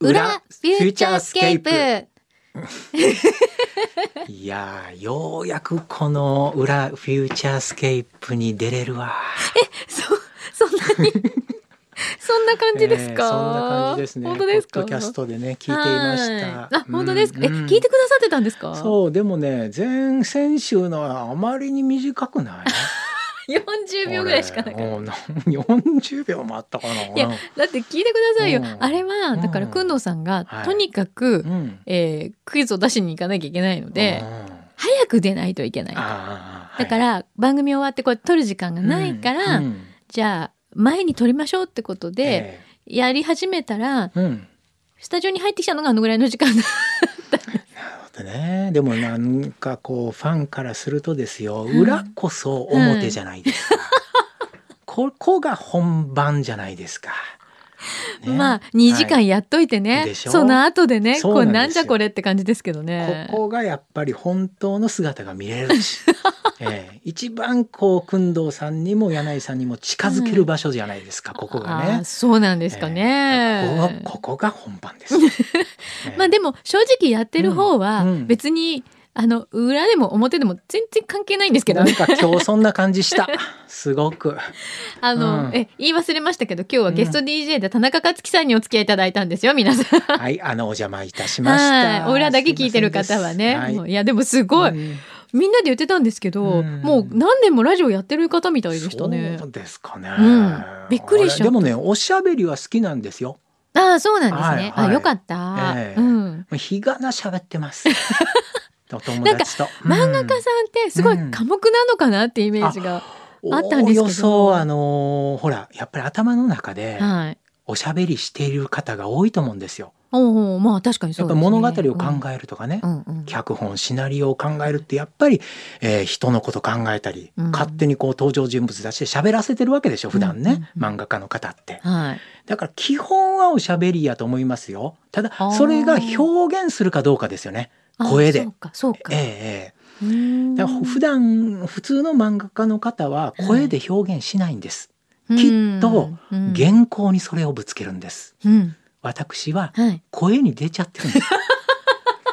裏フューチャースケープいやーようやくこの裏フューチャースケープに出れるわ。そそんなに そんな感じですか、えーそんな感じですね。本当ですかポッドキャストでね聞いていましたは。いあ本当ですか、うんえ聞いてくださってたんですかそうでもね前先週のはあまりに短 くない。 40秒ぐらいしかなかった四十秒もあったかな。いやだって聞いてくださいよ、うんあれはだからうんくんどうさんが、はいとにかく、うん。えークイズを出しに行かなきゃいけないので、うん早く出ないといけないあーだかはら、番組終わってこれ撮る時間がないから、うんうんじゃあ前に撮りましょうってことで、えやり始めたらえうん。スタジオに入ってきたのがあのぐらいの時間だでね、でもなんかこうファンからするとですよ、ん裏こそ表じゃないですか、ここが本番じゃないですか、ね まあ2時は間やっといてね、でしょその後でねそうこなうんですよなんじゃこれって感じですけどねいここがやっぱり本当の姿が見れ るし、ええ、一番こう工藤さんにも柳井さんにも近づける場所じゃないですか、ここがあねー。そうなんですかね、ええここがここが本番 です。ええまあでも正直やってる方はうんうん別に、あの裏でも表でも全然関係ないんですけどなんね。か今日そんな感じした。すごく。あの、うんえ言い忘れましたけど今日はゲスト DJ で田中克樹さんにお付き合いいただいたんですよ皆さん。はい、あのお邪魔いたしましはいた。お裏だけ聞いてる方はね。すいもまういやでもすごい、せんでみんなで言ってたんですけど、うん。もう何年もラジオやってる方みたいですしたねそ。うですかね。うんびっくりしちゃったあれでもね、おしゃべりは好きなんですよ。ああそうなんですね。はいはいあよかった、ええうん。日がな喋っ てます。お友達と。漫画家さんってすごい寡黙なのかなってイメージが、うんあったんですけどおおよそあのーほら、やっぱり頭の中ではい。おしゃべりしている方が多いと思うんですよ。おうおうまあ確かにそやうっでぱすね。物語を考えるとかね。うんうんうん脚本シナリオを考えるってやっぱり、えー人のこと考えたり、うん勝手にこう登場人物出して喋らせてるわけでしょ普段ね、うんうん漫画家の方ってはい。だから基本はおしゃべりやと思いますよただあーそれが表現するかどうかですよねあ声でそうか、そうか。えええうーえんだから普段普通の漫画家の方は声で表現しないんです、きっと、うん、原稿にそれをぶつけるんですうん私ははい。声に出ちゃってるんです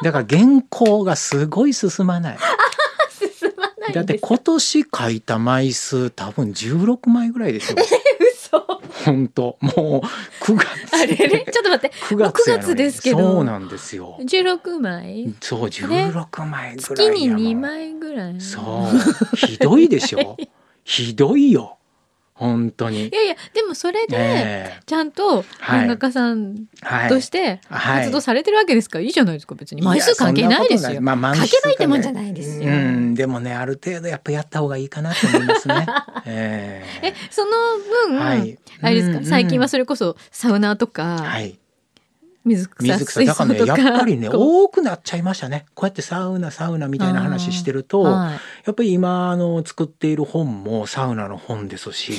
だから原稿がすごい進まない 進まないんです。だって今年書いた枚数多分16枚ぐらいですよ嘘。本当もう9月あれれ、 ちょっと待って。 9月やのにもう9月ですけどそうなんですよ十六枚。そう16枚ぐらい月やもんに二枚ぐらい。そうひどいで しょひどいよ本当にいやいや、でもそれで、えちゃんとは漫い画家さんえはいとしてはい活動されてるわけですから、いいじゃないですか、別に。枚数関係ないですよ。まあ、満室書けないってもんじゃいないですうよ。んでもねある程度やっぱやった方がいいかなと思いま すねええ、そのえ分、はいあれですか、うんうん最近はそれこそサウナーとか、はい水草水水草だ槽とからねやかっぱりねこう多くなっちゃいましたねこうやってサウナサウナみたいな話してるとや はいっぱり今あの作っている本もサウナの本ですし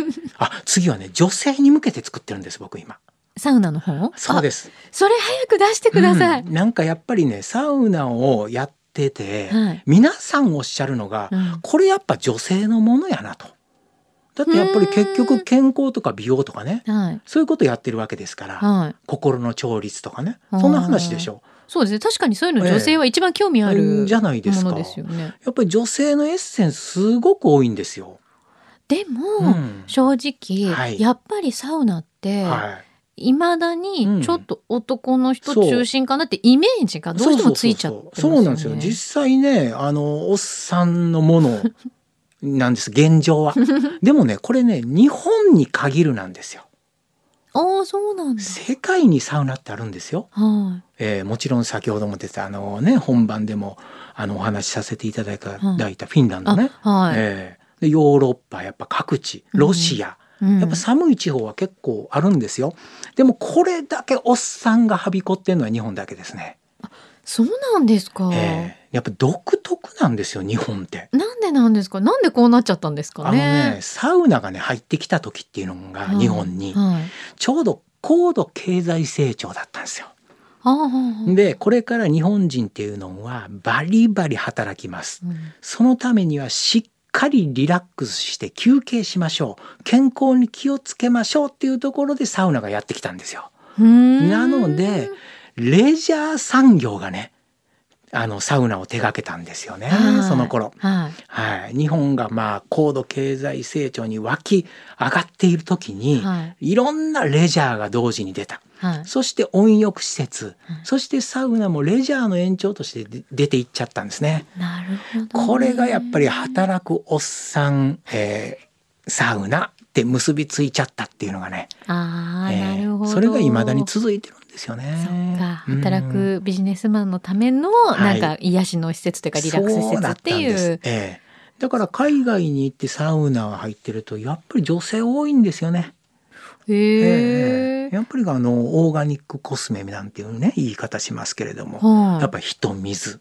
あ次はね女性に向けて作ってるんです僕今サウナの本そうですあそれ早く出してください、うんなんかやっぱりねサウナをやってて、はい、皆さんおっしゃるのが、うんこれやっぱ女性のものやなとだってやっぱり結うー局ん健康とか美容とかねはいそういうことやってるわけですから、はい心の調律とかねそんな話でしょそうですね確かにそういうの女性は一番興味あるえもえじゃないですかのですよねやっぱり女性のエッセンスすごく多いんですよ。でも、うん正直、はいやっぱりサウナって、はいい、まだうんにちょっと男の人そう中心かなってイメージがどうしてもついちゃってますよそうねそうそうそうなんですよ。実際ね、あのおっさんの ものなんです現状は。でもね、これね、日本に限るなんですよ。ああそうなんだ世界にサウナってあるんですよ。はえーもちろん先ほども出たあのね本番でもあのお話しさせていただいた,、フィンランいドね。あはい、えーでヨーロッパやっぱ各地ロシア、うんやっぱ寒い地方は結構あるんですよ。でもこれだけおっさんがはびこってんのは日本だけですね。そうなんですか、ええやっぱ独特なんですよ日本って。なんでなんですかなんでこうなっちゃったんですかあのねね。サウナがね入ってきた時っていうのがはい日本にはい。ちょうど高度経済成長だったんですよ。ああ、はいでこれから日本人っていうのはバリバリ働きます。うんそのためにはしっかりリラックスして休憩しましょう健康に気をつけましょうっていうところでサウナがやってきたんですよ。ななのでレジャー産業がねあのサウナを手掛けたんですよねその頃。はいはい、日本がまあ高度経済成長に沸き上がっている時に、はいいろんなレジャーが同時に出た。はいそして温浴施設、はいそしてサウナもレジャーの延長としてで出ていっちゃったんですね。なるほどねこれがやっぱり働くおっさん、えーサウナって結びついちゃったっていうのがね、あえーーなるほどそれが未だに続いてるんですよそねっ。かうん働くビジネスマンのためのはないんか癒しの施設というかリラックス施設っていそうだたんうですええだから海外に行ってサウナが入ってるとやっぱり女性多いんですよね。へえやっぱりあのオーガニックコスメなんていうね言い方しますけれども、はいやっぱり人水、えう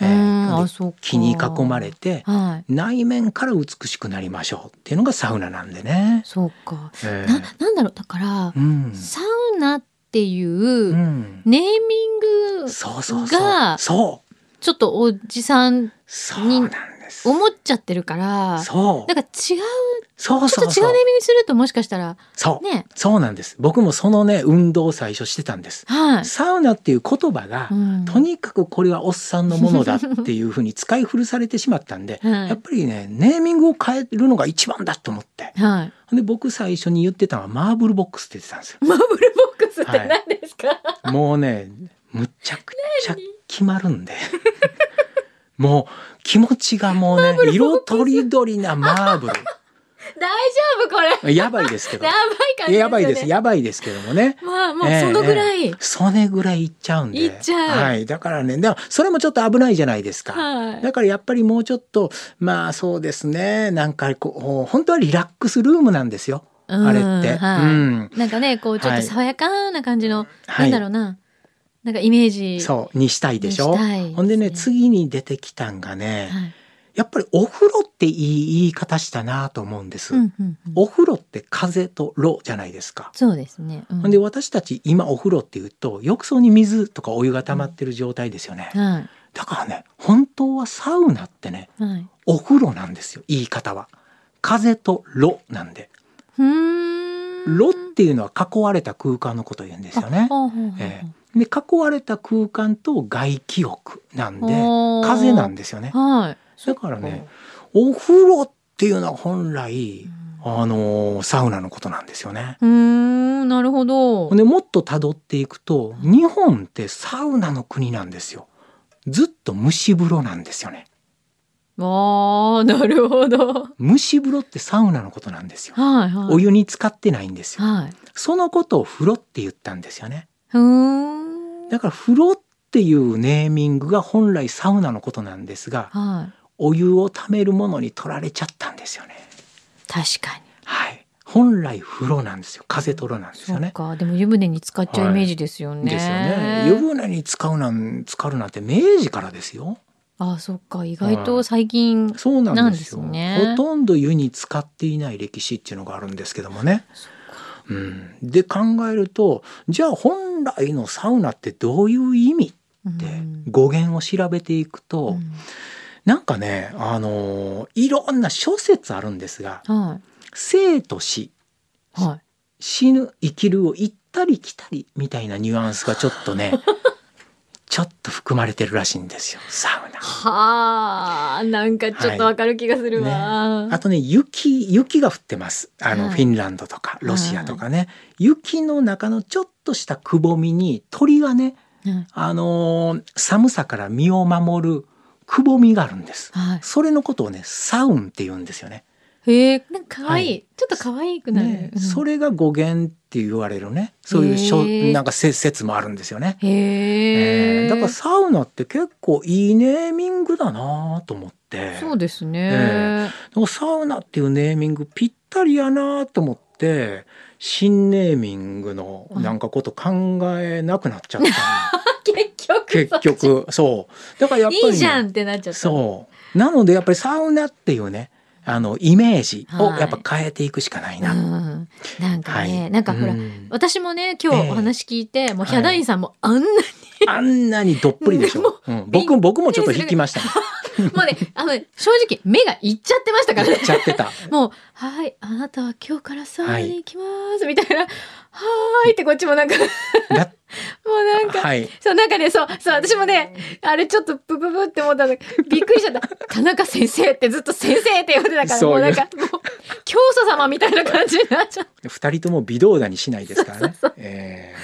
えんであそっか木に囲まれてはい内面から美しくなりましょうっていうのがサウナなんでね。そうかええななんだろうだからうんサウナっていうう、うんネーミングそうそうそうがそうちょっとおじさんそうなんです。思っちゃってるからそうなんか違うちょそうっとそ違ううネーそうミングにするともしかしたらそうねそうなんです。僕もそのね運動を最初してたんです。はいサウナっていう言葉が、うん、とにかくこれはおっさんのものだっていうふうに使い古されてしまったんではいやっぱりねネーミングを変えるのが一番だと思ってはいで僕最初に言ってたのはマーブルボックスって言ってたんですよマーブルボックスってはい何ですか、もうねむちゃくちゃ決まるんで もう気持ちがもうね色とりどりなマーブ大丈夫これやルやばいですけ どばい感じですよねやばいですやばいですけどもねまあもうええそのぐらい、それぐらいいっちゃうんでいっちゃうはいだからねでもそれもちょっと危ないじゃないですか、はいだからやっぱりもうちょっとまあそうですねなんかこう本当はリラックスルームなんですよ、うんあれって、はいうんなんかねこうちょっはとい爽やかな感じの、はいなんだろうななんかイメージそうにしたいでしょにしたいですねほんでね次に出てきたんがね、はいやっぱりお風呂っていい言い方したなと思うんです、うんうんうんお風呂って風と炉じゃないですか、そうですね、うんほんで私たち今お風呂っていうと浴槽に水とかお湯が溜まってる状態ですよね、はだからね本当はサウナってねいはいお風呂なんですよ言い方は風と炉なんでふーん炉っていうのは囲われた空間のことを言うんですよね。ほうほうほうほうええで囲われた空間と外気浴なんでおー風なんですよね。はいだからねお風呂っていうのは本来うあのーサウナのことなんですよね。んうーんなるほどでもっと辿っていくと日本ってサウナの国なんですよ。ずっと蒸し風呂なんですよね。ああなるほどはい蒸し風呂ってサウナのことなんですよ。はいお湯に浸ってないんですよ。はいそのことを風呂って言ったんですよね。ふーんだから風呂っていうネーミングが本来サウナのことなんですがはいお湯をためるものに取られちゃったんですよね。確かにはい、本来風呂なんですよ風と呂なんですそようね。かでも湯船に使っちゃうイメージですよね。ですよね。湯船に使うなん使うなんて明治からですよ。あそっか意外と最近、そうなんですよなんですねほとんど湯に使っていない歴史っていうのがあるんですけどもね。うん、で考えるとじゃあ本来のサウナってどういう意味うんって語源を調べていくと、うんなんかね、あのーいろんな諸説あるんですが、は生と死、いはい死ぬ、生きるを行ったり来たりみたいなニュアンスがちょっ とね、ちょっと含まれてるらしいんですよ、サウナ。はあなんかちょっとわかる気がするわ。あとね、雪、雪が降ってます。あの、はいフィンランドとか、ロシアとかね、雪の中のちょっとしたくぼみに鳥がね、うんあのー寒さから身を守るくぼみがあるんです。はいそれのことをね、サウンって言うんですよね。へえなんか可愛い、、はいちょっと可愛くなる。ねう、んそれが語源って言われるねそういうしょ、へーなんかせ説もあるんですよね、へええーだからサウナって結構いいネーミングだなと思ってそうですね。えでもサウナっていうネーミングぴったりやなと思って新ネーミングのなんかこと考えなくなっちゃった、 結局結局そうだからやっぱり、ね、いいじゃんってなっちゃった。そうなのでやっぱりサウナっていうねあのイメージをやっぱ変えていくしかないうんな、なんかね、なんかほら、うん私もね今え日えお話聞いて、もうはヒいャダインさんもあんなあんなにどっぷりでしもょ。うん、僕僕もちょっと引きましたね。もうね、あの、ね、正直、目がいっちゃってましたから言っね。ちゃってた。もう、はい、あなたは今日からサウナに行きます、みたいな。ーいってこっちもなんか もだうなんか、はいそうなんかねそうそう私もねあれちょっとプププって思ったんだけどびっくり しちゃった「田中先生」ってずっと「先生」って呼んでたからそうもようなんかもう教祖様みたいな感じになっちゃう二人とも微動だにしないですからね。え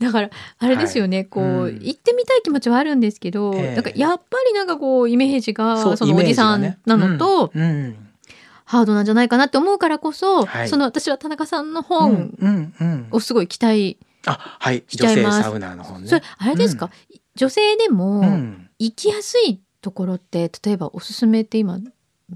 だからあれですよね、こう、うん行ってみたい気持ちはあるんですけど、ええなんかやっぱりなんかこうイメージーがそそうのおイメーじジがさねんなのと、うんうんハードなんじゃないかなって思うからこそ、はいその私は田中さんのうん本うんうんをすごい期待、あはいしち女ゃい性ますサウナーの本ね。それあれですか、女性でうもん行きやすいところって例えばおすすめって今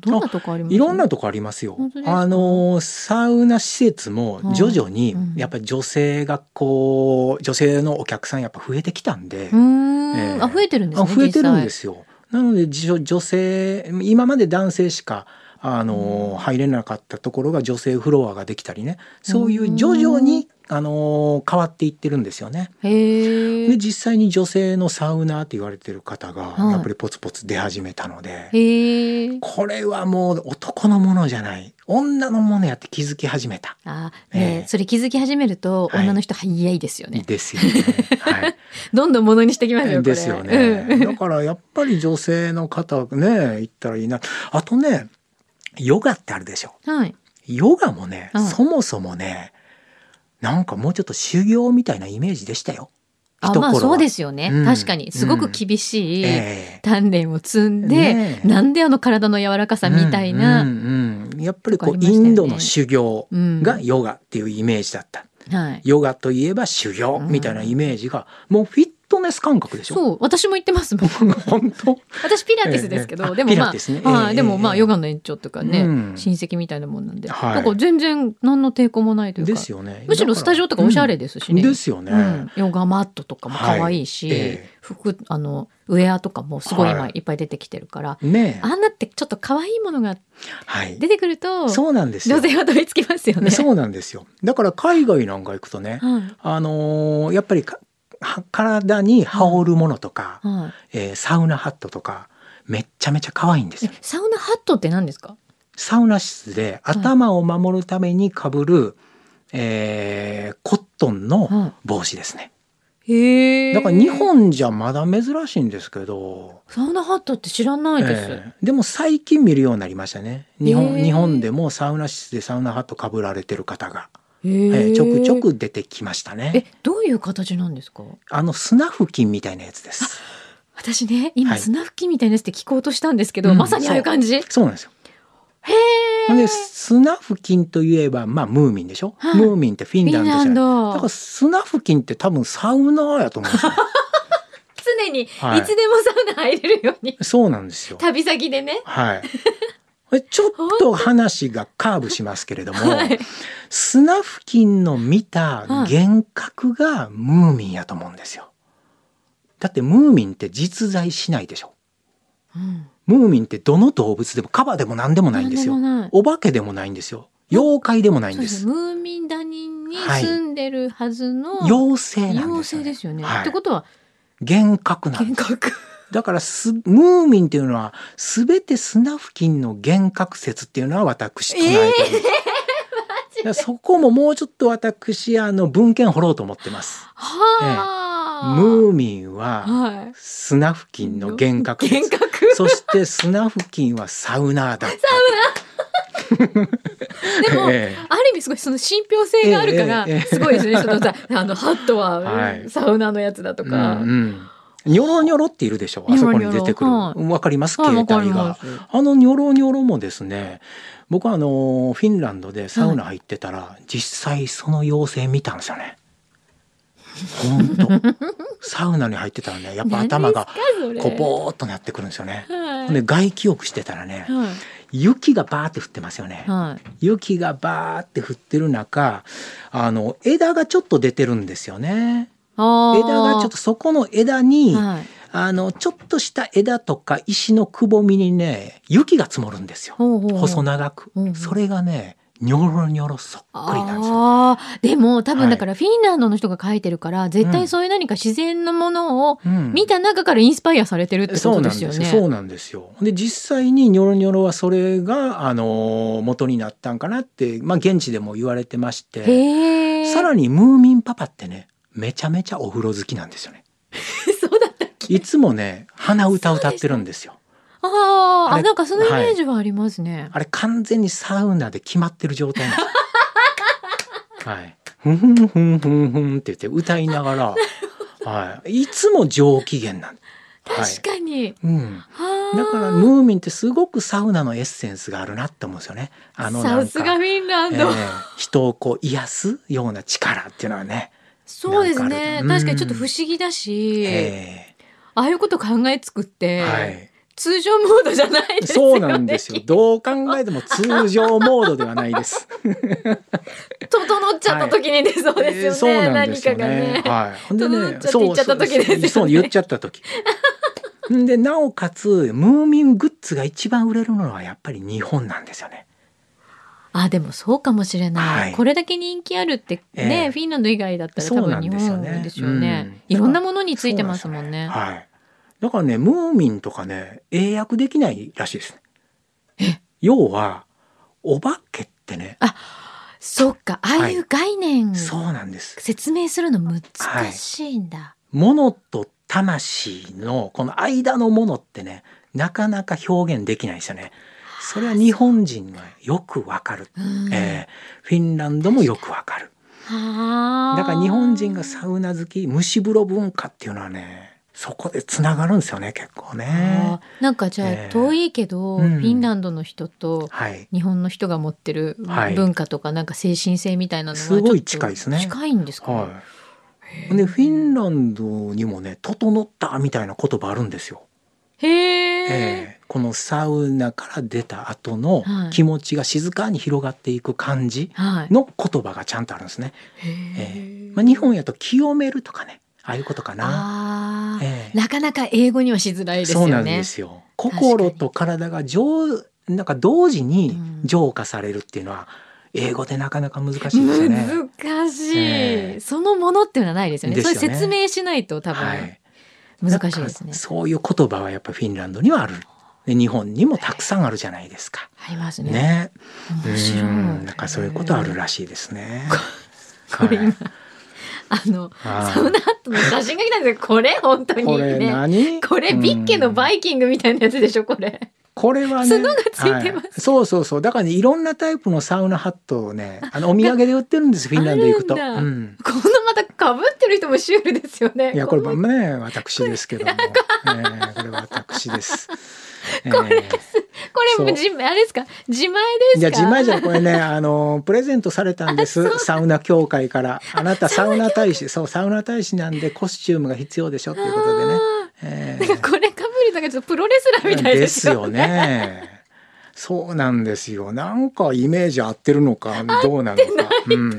どんなとこありますいろんなとこありますよ本当。ですかあのサウナ施設も徐々にうんやっぱり女性がこう女性のお客さんやっぱ増えてきたんで、うーん、ええあ増えてるんですあね増えてるんですすよ。なので女女性今まで男性しかあの、うん入れなかったところが女性フロアができたりねそういう徐々に、あの変わっていってるんですよね。へでえ実際に女性のサウナーって言われてる方がはいやっぱりポツポツ出始めたので、へえこれはもう男のものじゃない女のものやって気づき始めた。あねえええそれ気づき始めるとはい女の人早いですよね、ですよね。 はいどんどんものにしてきますよこれですようね。んだからやっぱり女性の方ね行ったらいいな。あとねヨガってあるでしょ。はいヨガもね、うんそもそもねなんかもうちょっと修行みたいなイメージでしたよ。あ一頃まはあそうですよね、うん確かにすごく厳しいえ鍛錬を積んえで、ねえなんであの体の柔らかさみたいな、ううんんうんうんやっぱりことこあうりましたイよねンドの修行がヨガっていうイメージだった、はい、ヨガといえば修行みたいなイメージが、もうフィットネス感覚でしょそう私も言ってますもん 本当私ピラティスですけど、ええでもピまラあティスねはいええでもまあええヨガの延長とかね、うん親戚みたいなもんなんで、はいだから全然何の抵抗もないというかですよねむしろスタジオとかおしゃれですしね、うんですよね、うん、ヨガマットとかも可愛いし、はいええ服あのウェアとかもすごいは今いいっぱい出てきてるから、ねえあんなってちょっと可愛いものがはい出てくると女そうなんですよ性は飛びつきますよね。そうなんですよだから海外なんか行くとね、はいあのーやっぱりかは体に羽織るものとか、はいえーサウナハットとかめっちゃめちゃ可愛いんですえよサウナハットって何ですかサウナ室で頭を守るためにかぶる、えーコットンのは帽子ですね。いへえ。だから日本じゃまだ珍しいんですけど、サウナハットって知らないです。えーでも最近見るようになりましたね。日本へー日本でもサウナ室でサウナハットかぶられてる方が、えへーえちょくちょ。く出てきましたねえ。どういう形なんですか。あの砂付近みたいなやつです。私ね今はい砂吹きみたいなやつって聞こうとしたんですけど、うんまさにああいう感じ。へそうなんですよ。え。で砂付近といえばまあムーミンでしょ。はいムーミンってフィンフラィンンドじゃラないン。ドだから砂付近って多分サウナーやと思 うんですよ。常にいつではいもサウナ入れるように、そうなんですよ。旅先でね。 はい。ちょっと話がカーブしますけれども、はい。砂付近の見た幻覚がムーミンやと思うんですよ。だってムーミンって実在しないでしょ。うんムーミンってどの動物でもカバでも何でもないんですなよ。んもないお化けでもないんですよ。妖怪でもないんそうでですす。ね。ムーミンダニにはい住んでるはずの、妖精なん妖ですよ精ね、ですよね。はいってことは幻覚なんです幻覚。だからすムーミンっていうのは全て砂付近の幻覚説っていうのは私唱えてる、だからそこももうちょっと私あの文献掘ろうと思ってます。はあ。ムーミンははい。砂付近の幻覚幻説覚。そして砂付近はサウナーだったでも、えある意味すごいその信憑性があるから、ええええすごいですね。その さ、あのハットは、はいサウナのやつだとえか。うんうんニョロニョロっているでしょあそこに出てくニるョわロニョロかりますはい、携わかり帯まがす。あのニョロニョロもですね僕はあのフィンランドでサウナ入ってたら、実際その妖精見たんですよね。 本当サウナに入ってたらねやっぱ頭が何ですこかうぼーっとなってくるんですよね。それはい。で外気浴してたらねは雪がバーって降ってますよねい。。は雪がバーって降ってる中あの枝がちょっと出てるんですよね。い。枝がちょっとそこの枝に、とはい。あのちょっとした枝とか石のくぼみにね雪が積もるんですよ。ほうほうほう細長く、うんうんそれがねニョロニョロそっくりなんですよ。ああ、でも多はい分だからフィンランドの人が書いてるから、絶うん対そういう何か自然のものをうん見た中からインスパイアされてるってそこうとでなんすでよね。すよ。そうなんですよ。で実際にニョロニョロはそれがあの元になったんかなってまあ現地でも言われてまして。へへえ。さらにムーミンパパってねめちゃめちゃお風呂好きなんですよね そうだったっけいつもね鼻歌歌ってるんですよあーああ、れなんかそのイメージはありますね。あれ完全にサウナで決まってる状態なんで す。はい。ふんふんふんふんふんって言って歌いながら、はい。いつも上機嫌なんはい確かに。うん。はあだからムーミンってすごくサウナのエッセンスがあるなって思うんですよね。あのなんさか、すがフィンランえド。え人をこう癒すような力っていうのはね。そうですなね。んかある確かにちょっと不思議だし、えああいうこと考えつくって、えはい。通常モードじゃないですよね。そうなんですよ。どう考えても通常モードではないです。整っちゃった時に出そうえーですそようね。なんで何すよかがねね。。はい。ほんで整っね、ちゃって言っちゃった時ですよねそうそう言っちゃった時。 んでなおかつムーミングッズが一番売れるのはやっぱり日本なんですよね。あ、でもそうかもしれない。はいこれだけ人気あるってね、ええフィンランド以外だったら多そうな分日んですよ本ねですよね。うんいろんなものについてますもんね。そうなんですよはい。だからねムーミンとかね英訳できないらしいですね。要はお化けってね、そっか、ああいう概念、そうなんです。説明するの難しいんだ。物と魂のこの間のものってねなかなか表現できないですよね。それは日本人がよくわかる。うんえーフィンランドもよくわかるはあだから日本人がサウナ好き蒸し風呂文化っていうのはねそこでつながるんですよね結構ねあーなんかじゃえあえ遠いけど、うんフィンランドの人とはい日本の人が持ってるはい文化とかなんか精神性みたいなのはすごいちょっと近いですね近いんですかね、はいでフィンランドにもね「整った」みたいな言葉あるんですよ、へええ。えこのサウナから出た後のはい気持ちが静かに広がっていく感じはい。の言葉がちゃんとあるんですね、ええまあ、日本やと「清める」とかねああいうことかな、あーええなかなか英語にはしづらいですそうなよんでね。すよ。かに心と体が上なんか同時にうん浄化されるっていうのは英語でなかなか難しいですよね。難しい、ええそのものっていうのはないですよね。ですよねそれ説明しないと多分はい。難しいですね。だからそういう言葉はやっぱフィンランドにはある。で日本にもたくさんあるじゃないですか。ありますね。ね。面白い。うんなんかそういうことあるらしいですね。 これ今はいあのはいサウナハットの写真が来たんですよ。これ本当にこれね。何？これビッケのバイ。イキングみたいなやつでしょこれ。これはね。角がついてますはいそうそうそう。だからねいろんなタイプのサウナハットをね、あのお土産で売ってるんですフィンランド行くと。あるんだうん。このまたかぶってる人もシュールですよね。いやこれのはね私ですけども、えーこれは私 です。これこそうれもじあれですか自前えーいでやすか。自前じゃないこれねあのプレゼントされたんですサウナ協会からあなた サウナ大使そうサウナ大使なんでコスチュームが必要でしょっていうことでね。えあーなんかこれかぶるのがちょっとプロレスラーーみたいでですすよ。よね。そうなんですよ。なんかイメージ合ってるのかどうなのか。うん。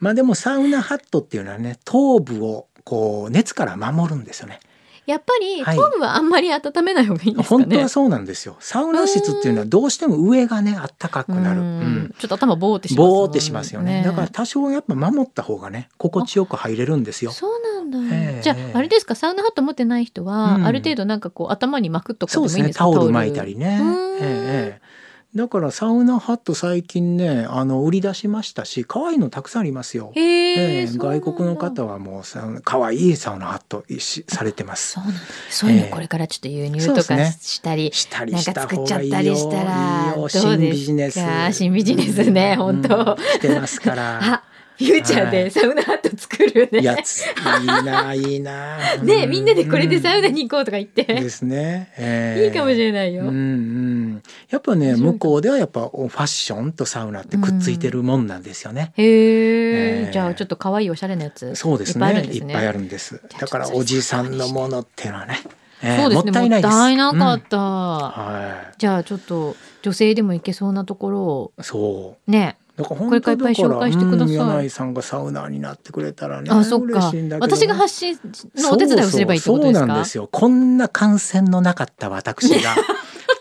まあでもサウナハットっていうのはね頭部をこう熱から守るんですよね。やっぱりはい頭部はあんまり温めない方がいいんですかね。本当はそうなんですよサウナ室っていうのはどうしても上がねあったかくなる、ううんん、ちょっと頭ボーってしますもんぼーってしますよねだから多少やっぱ守った方がね心地よく入れるんですよそうなんだ、ええじゃああれですかサウナハット持ってない人は、うんある程度なんかこう頭に巻くとかでそうもいですいんねですかタオル巻いたりねうんええええだからサウナハット最近ねあの売り出しましたし可愛いのたくさんありますよ、へえそうなんだ外国の方はもうサウナ可愛いサウナハットいしされてますそうなんだそういうえのえこれからちょっと輸入そとうですかねしたり、したりなんしかた作方っちゃっがいいよたりしたらいいどうよですか新ビジネス新ビジネスね本当うんしてますか らあフューチャーはでいサウナハット作るね、いやついいないいな。 ねうみんなでこれでサウナに行こうとか言って、ですね。えいーいかもしれないよ、うんうん。やっぱね面白い向こうではやっぱおファッションとサウナってくっついてるもんなんですよね。へえ、ええじゃあちょっと可愛いおしゃれなやつそうですいっぱいあねるんですねいっぱいあるんです。じゃあだからちょっとおじさんのものっていうのはね、えーそうですねもったいないです。かった、うんはじゃあちょっと女性でも行けそうなところをい。そう。ねだからこれ本から当いっぱいだか紹ら、介してくださいうん柳井さんがサウナーになってくれたらね、あそっ嬉かしいんだけどね私が発信のお手伝いをすればいいってことですそうそうそうなんかですよ。こんな感染のなかった私 が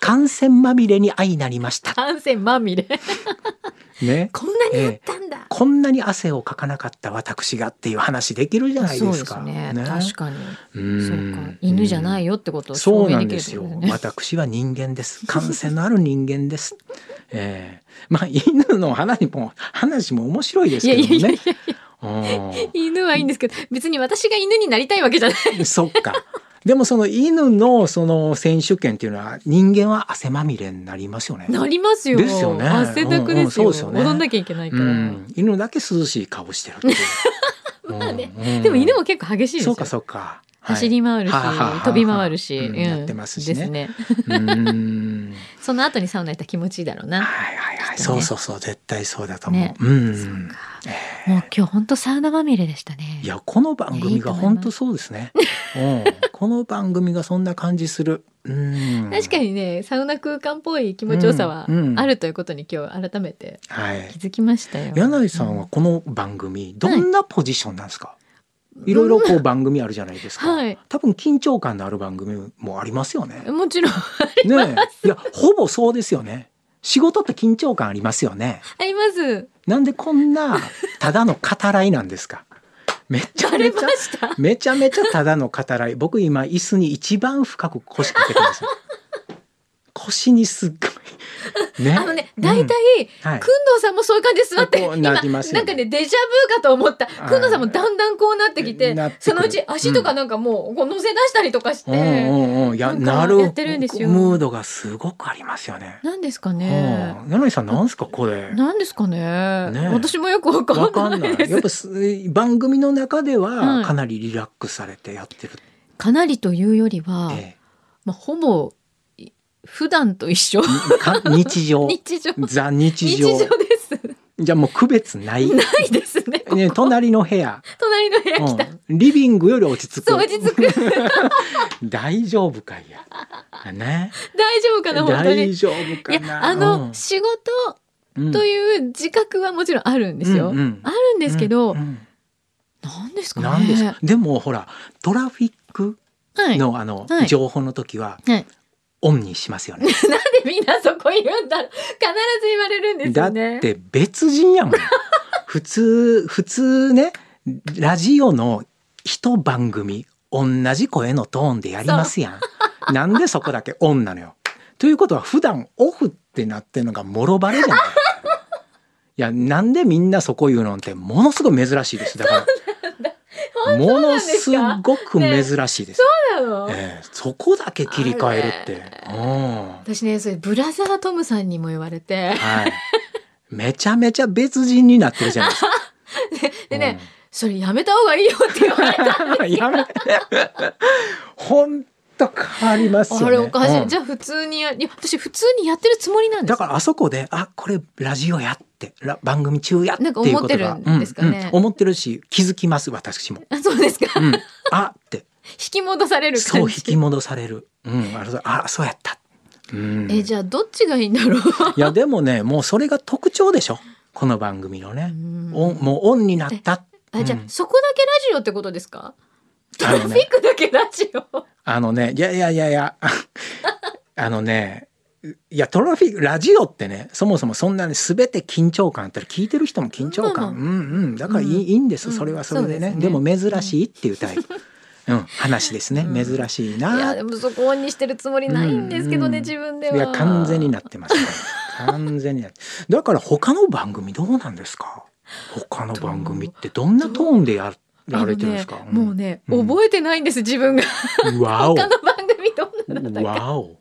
感染まみれに愛なりました。感染ま みれね。こんなにあったんだ、こんなに汗をかかなかった私がっていう話できるじゃあないそうでですすか。ね確かに、うんそうか犬じゃないよってことをそ証明うなでんきるでってすことよです。ね私は人間です。感染のある人間です。 ええまあ犬の話も話も面白いですいやけいどやいやいねや。犬はいいんですけど、別に私が犬になりたいわけじゃない。 うんそっかでもその犬のその選手権っていうのは人間は汗まみれになりますよね。なりますよ。ですよね汗だくですうんうよ。んそうですよね戻んなきゃいけないかうら。ん、犬だけ涼しい顔してるっていう まあねうんうんでも犬も結構激しいですそよう。かそうか、はい走り回るし、はあはあはあ飛び回るし、うんうんやってますしねですね。うんその後にサウナ行ったら気持ちいいだろうな。はいはいはい、きっとそねうそうそう絶対そうだと思う、ねうんそうかもう今日本当サウナまみれでしたね。いやこの番組がいやいいと思い本ます当そうですねうんこの番組がそんな感じするうん確かにね、サウナ空間っぽい気持ちよさはうんうんあるということに今日改めてはい気づきましたよ。柳井さんはこの番組どんなポジションなんですか、いろいろこう番組あるじゃないですか、はい多分緊張感のある番組もありますよ ねうんもちろんねえいやほぼそうですよね仕事って緊張感ありますよねあります。なんでこんなただの語らいなんで すかめちゃバレめまちゃした。めちゃめちゃただの語らい僕今椅子に一番深く腰掛けてます腰にすっごいねあのね、大体、うんはいくんどうさんもそういう感じで座って、こう今、なりますよねなんかね、デジャブかと思った。はいくんどうさんもだんだんこうなってきて、なってくるそのうち足とかなんかもう、こう乗せ出したりとかしうんうて、んうんいやなんかなるやってるんですよムードがすごくありますよね、なんですかうんね。、柳井さんなんですかこれなんですかねね私もよくわわかかんんなないいです。やっぱす番組の中でははいかなりリラックスされてやってる、かなりというよりは、えまあ、ほぼ、い普段と一緒。えか日常日常。ザ日日常常です。じゃあもう区別ない、ね、ないですね。ここ隣の部屋、隣の部屋 来た。うんリビングより落ち着くそう、落ち着く。大丈夫かいや。 ね。大丈夫かな、本当に。大い丈夫かな。や、あの、うん仕事、という自覚はもちろんあるんですよ。うんうんあるんですけど、うんうんなんですかね。なんですか。でもほらトラフィックはい。なんのあのはい情報の時ははいオンにしますよ ね。でみんなそこ言うんだろう。必ず言われるんですだよっね。て別人やもん。 普通普通ねラジオの一番組同じ声のトーンでやりますやん。なんでそこだけオンなのよ。ということは普段オフってなってるのがもろバレじゃない。いやなんでみんなそこ言うのってものすごい珍しいですだからものすごく珍しいです、そうなのええ そこだけ切り替えるってうん私ね、それブラザートムさんにも言われて、はいめちゃめちゃ別人になってるじゃないですか でね、それやめた方がいいよって言われた。うん やめてほんと変わりますよねあれおかしい。うんじゃあ普通にや、いや、私普通にやってるつもりなんでだす。からあそこであこれラジオやってら番組中やっていうことながんか思ってるんですかねうんうん思ってるし気づきます私も、あそうですか。うん、 あって引き戻されるそ感う引じ。き戻される。うん、あれあそうやった。うん、え、いじゃあどっちがいいんだろう。やでもねもうそれが特徴でしょこの番組のね。オンもうオンになった。あ、じゃうあんそこだけラジオってことですかトあラのフィねックだけラジオ。あのねいやいやいやい やあのねいやトロフィーラジオってねそもそもそんなに全て緊張感あったら聞いてる人も緊張まあ感まうんうんだからいい,、うんん、いいんですそれはそれでね,、うんそうでですねも珍しいっていうタイプ、うん話ですね、うん珍しいいやなでもそこオンにしてるつもりないんですけどね、うん自分では。いや完全になってます、ね、完全になってだから他の番組どうなんですか他の番組ってどんなトーンでやられてるんですかあのねもうね、うん覚えてないんです自分がうんわお他の番組どんなのだったかわお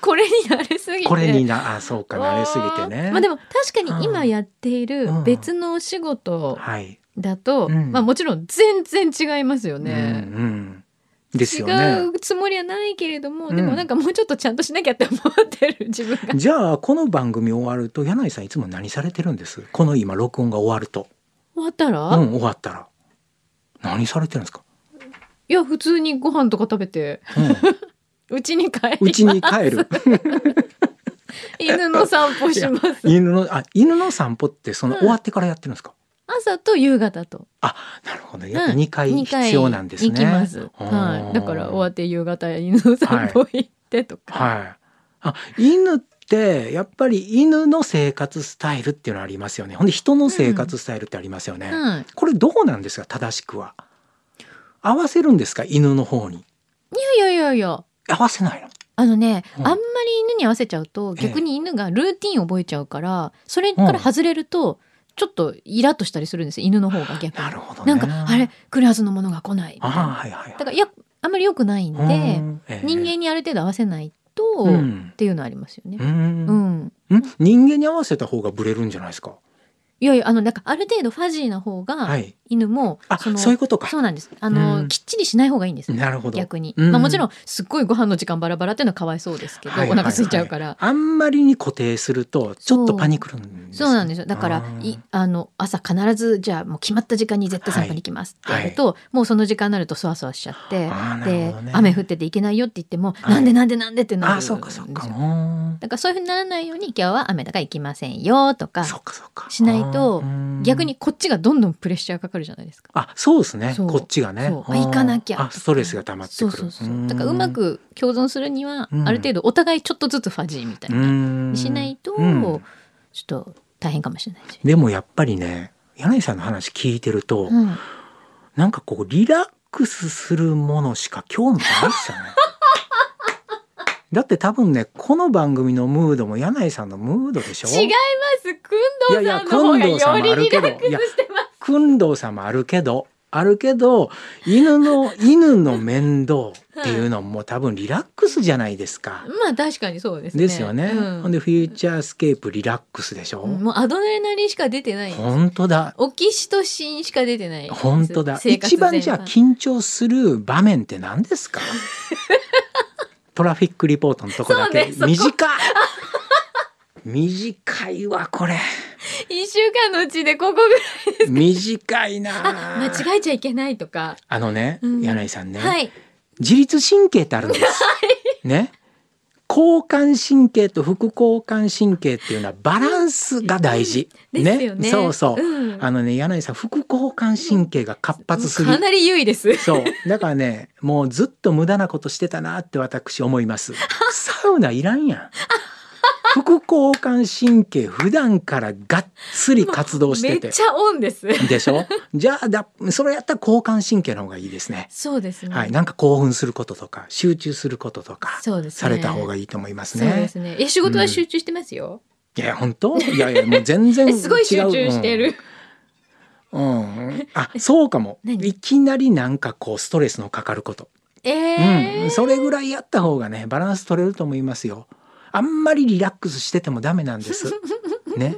これに慣れすぎて。これになあそうか慣れすぎてあねーまあでも確かに今やっているうん別のお仕事はい、だと、うんまあもちろん全然違いますようね。んうんですよ違ねうつもりはないけれども、うんでもなんかもうちょっとちゃんとしなきゃって思ってる自分が。じゃあこの番組終わると柳井さんいつも何されてるんですこの今録音が終わると終わったら、うん終わったら何されてるんですか、いや普通にご飯とか食べてうんうちに帰りうちに帰る犬の散歩します。 犬のあ犬の散歩ってその終わってからやってるんですか、朝と夕方と。あ、なるほど。やっぱうん2回二必要なんですね。行きます。うはんい。だから終わって夕方犬の散歩行ってとか。はい。あ、犬ってやっぱり犬の生活スタイルっていうのありますよね。ほんで人の生活スタイルってありますよね。はい。これどうなんですか正しくは。合わせるんですか犬の方に。いやいやいやいや。合わせないの。あのね、うんあんまり犬に合わせちゃうとええ逆に犬がルーティン覚えちゃうからそれから外れるとちょっとイラッとしたりするんですよ犬の方が逆になるほどなね。んかあれ来るはずのものが来ないみたあいなはいはいはい。だからいやあんまり良くないんで、うんええ人間にある程度合わせないと、うっんていうのありますよねう。んうん、うん人間に合わせた方がブレるんじゃないですか。いやいやあのなんかある程度ファジーな方はがい。犬も、あそのそういうことか。そうなんですあの、うんきっちりしない方がいいんですなるほど。逆に、うんまあ、もちろんすっごいご飯の時間バラバラっていうのはかわいそうですけど、はいお腹空いちゃうから、あんまりに固定するとちょっとパニクるんですそうなんですよだからいあの朝必ずじゃあもう決まった時間に絶対散歩に行きますってはいやると、もうその時間になるとそわそわしちゃって、あーなるでほどね雨降ってて行けないよって言っても、はいなんでなんでなんでってなるんあですそようかそうか。うんだからそういうふうにならないように今日は雨だから行きませんよとかそうかそうか。しないとうん逆にこっちがどんどんプレッシャーかかるじゃないですか。あそうですねそうこっちがねそううんあ行かなきゃあストレスが溜まってくそうるそうそうだからうまく共存するにはうんある程度お互いちょっとずつファジーみたいなにしないとちょっと大変かもしれないし。でもやっぱりね柳井さんの話聞いてるうと、んなんかこうリラックスするものしか興味ないっす よね。だって多分ねこの番組のムードも柳井さんのムードでしょ違います。くんどうさんの方がいやいや工藤さんもあよりるリけラどックスしてま訓導さんもあるけどあるけど犬の犬の面倒っていうのも多分リラックスじゃないですかす。。 まあ確かにそうですね。ですよね。うんほんでフューチャースケープリラックスでしょ。うんもうアドレナリンしか出てない。本当だオキシトシンしか出てない。本当だ。生活一全般番じゃあ緊張する場面って何で すかトラフィックリポートのとこだけ、そうねそこ 短い短いわこれ一週間のうちでここぐらい。短いなああ、間違えちゃいけないとか。あのね、うん柳井さんね、はい。自律神経ってあるんです。ね交感神経と副交感神経っていうのはバランスが大事。ですよね。そうそう。うんあのね柳井さん副交感神経が活発すぎかなり優位です。そうだからねもうずっと無駄なことしてたなって私思いますサウナいらんやん副交感神経普段からがっつり活動してめってちゃオンです。でしょじゃあだそれやったら交感神経の方がいいですねそうですね。はい、なんか興奮することとか集中することとかそうですね。された方がいいいいと思いますそうでね。すね。え、仕事は集中してますよ。いや本当いやいやもう全然違え う。すごい集中してる。うん。うんうんあそうかも。何いきなりなんかこうストレスのかかること、えうん、ーそれぐらいやった方がねバランス取れると思いますよ。あんまりリラックスしててもダメなん です。ね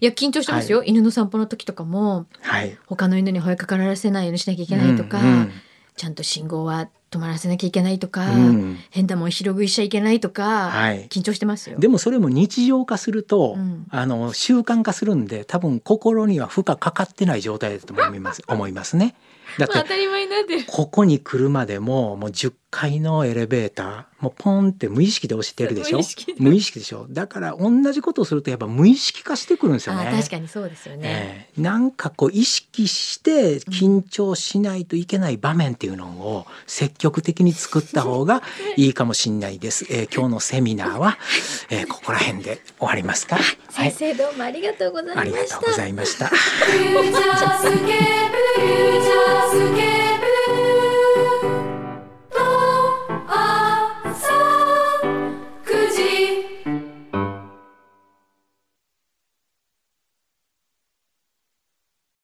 いや、緊張してますよ。犬の散歩の時とかも、はい。他の犬に吠えかからせないようにしなきゃいけないとか、うんちゃんと信号は止まらせなきゃいけないとか、うんうん変なもん広食いしちゃいけないとか、はい。緊張してますよ。でもそれも日常化すると、うんあの習慣化するんで多分心には負荷かかってない状態だと思います思いますね。だっまあ、て当たり前になってる。ここに来るまでももう10階のエレベーターもうポンって無意識で押してるでしょ無意識で無意識でしょだから同じことをするとやっぱ無意識化してくるんですよね。あ確かにそうですよね。ええなんかこう意識して緊張しないといけない場面っていうのを積極的に作った 方がいいかもしれないです。えー今日のセミナーは、えーここら辺で終わりますか。はい先、生どうもありがとうございまありがしとうたご。ざいました。フューチャースケープ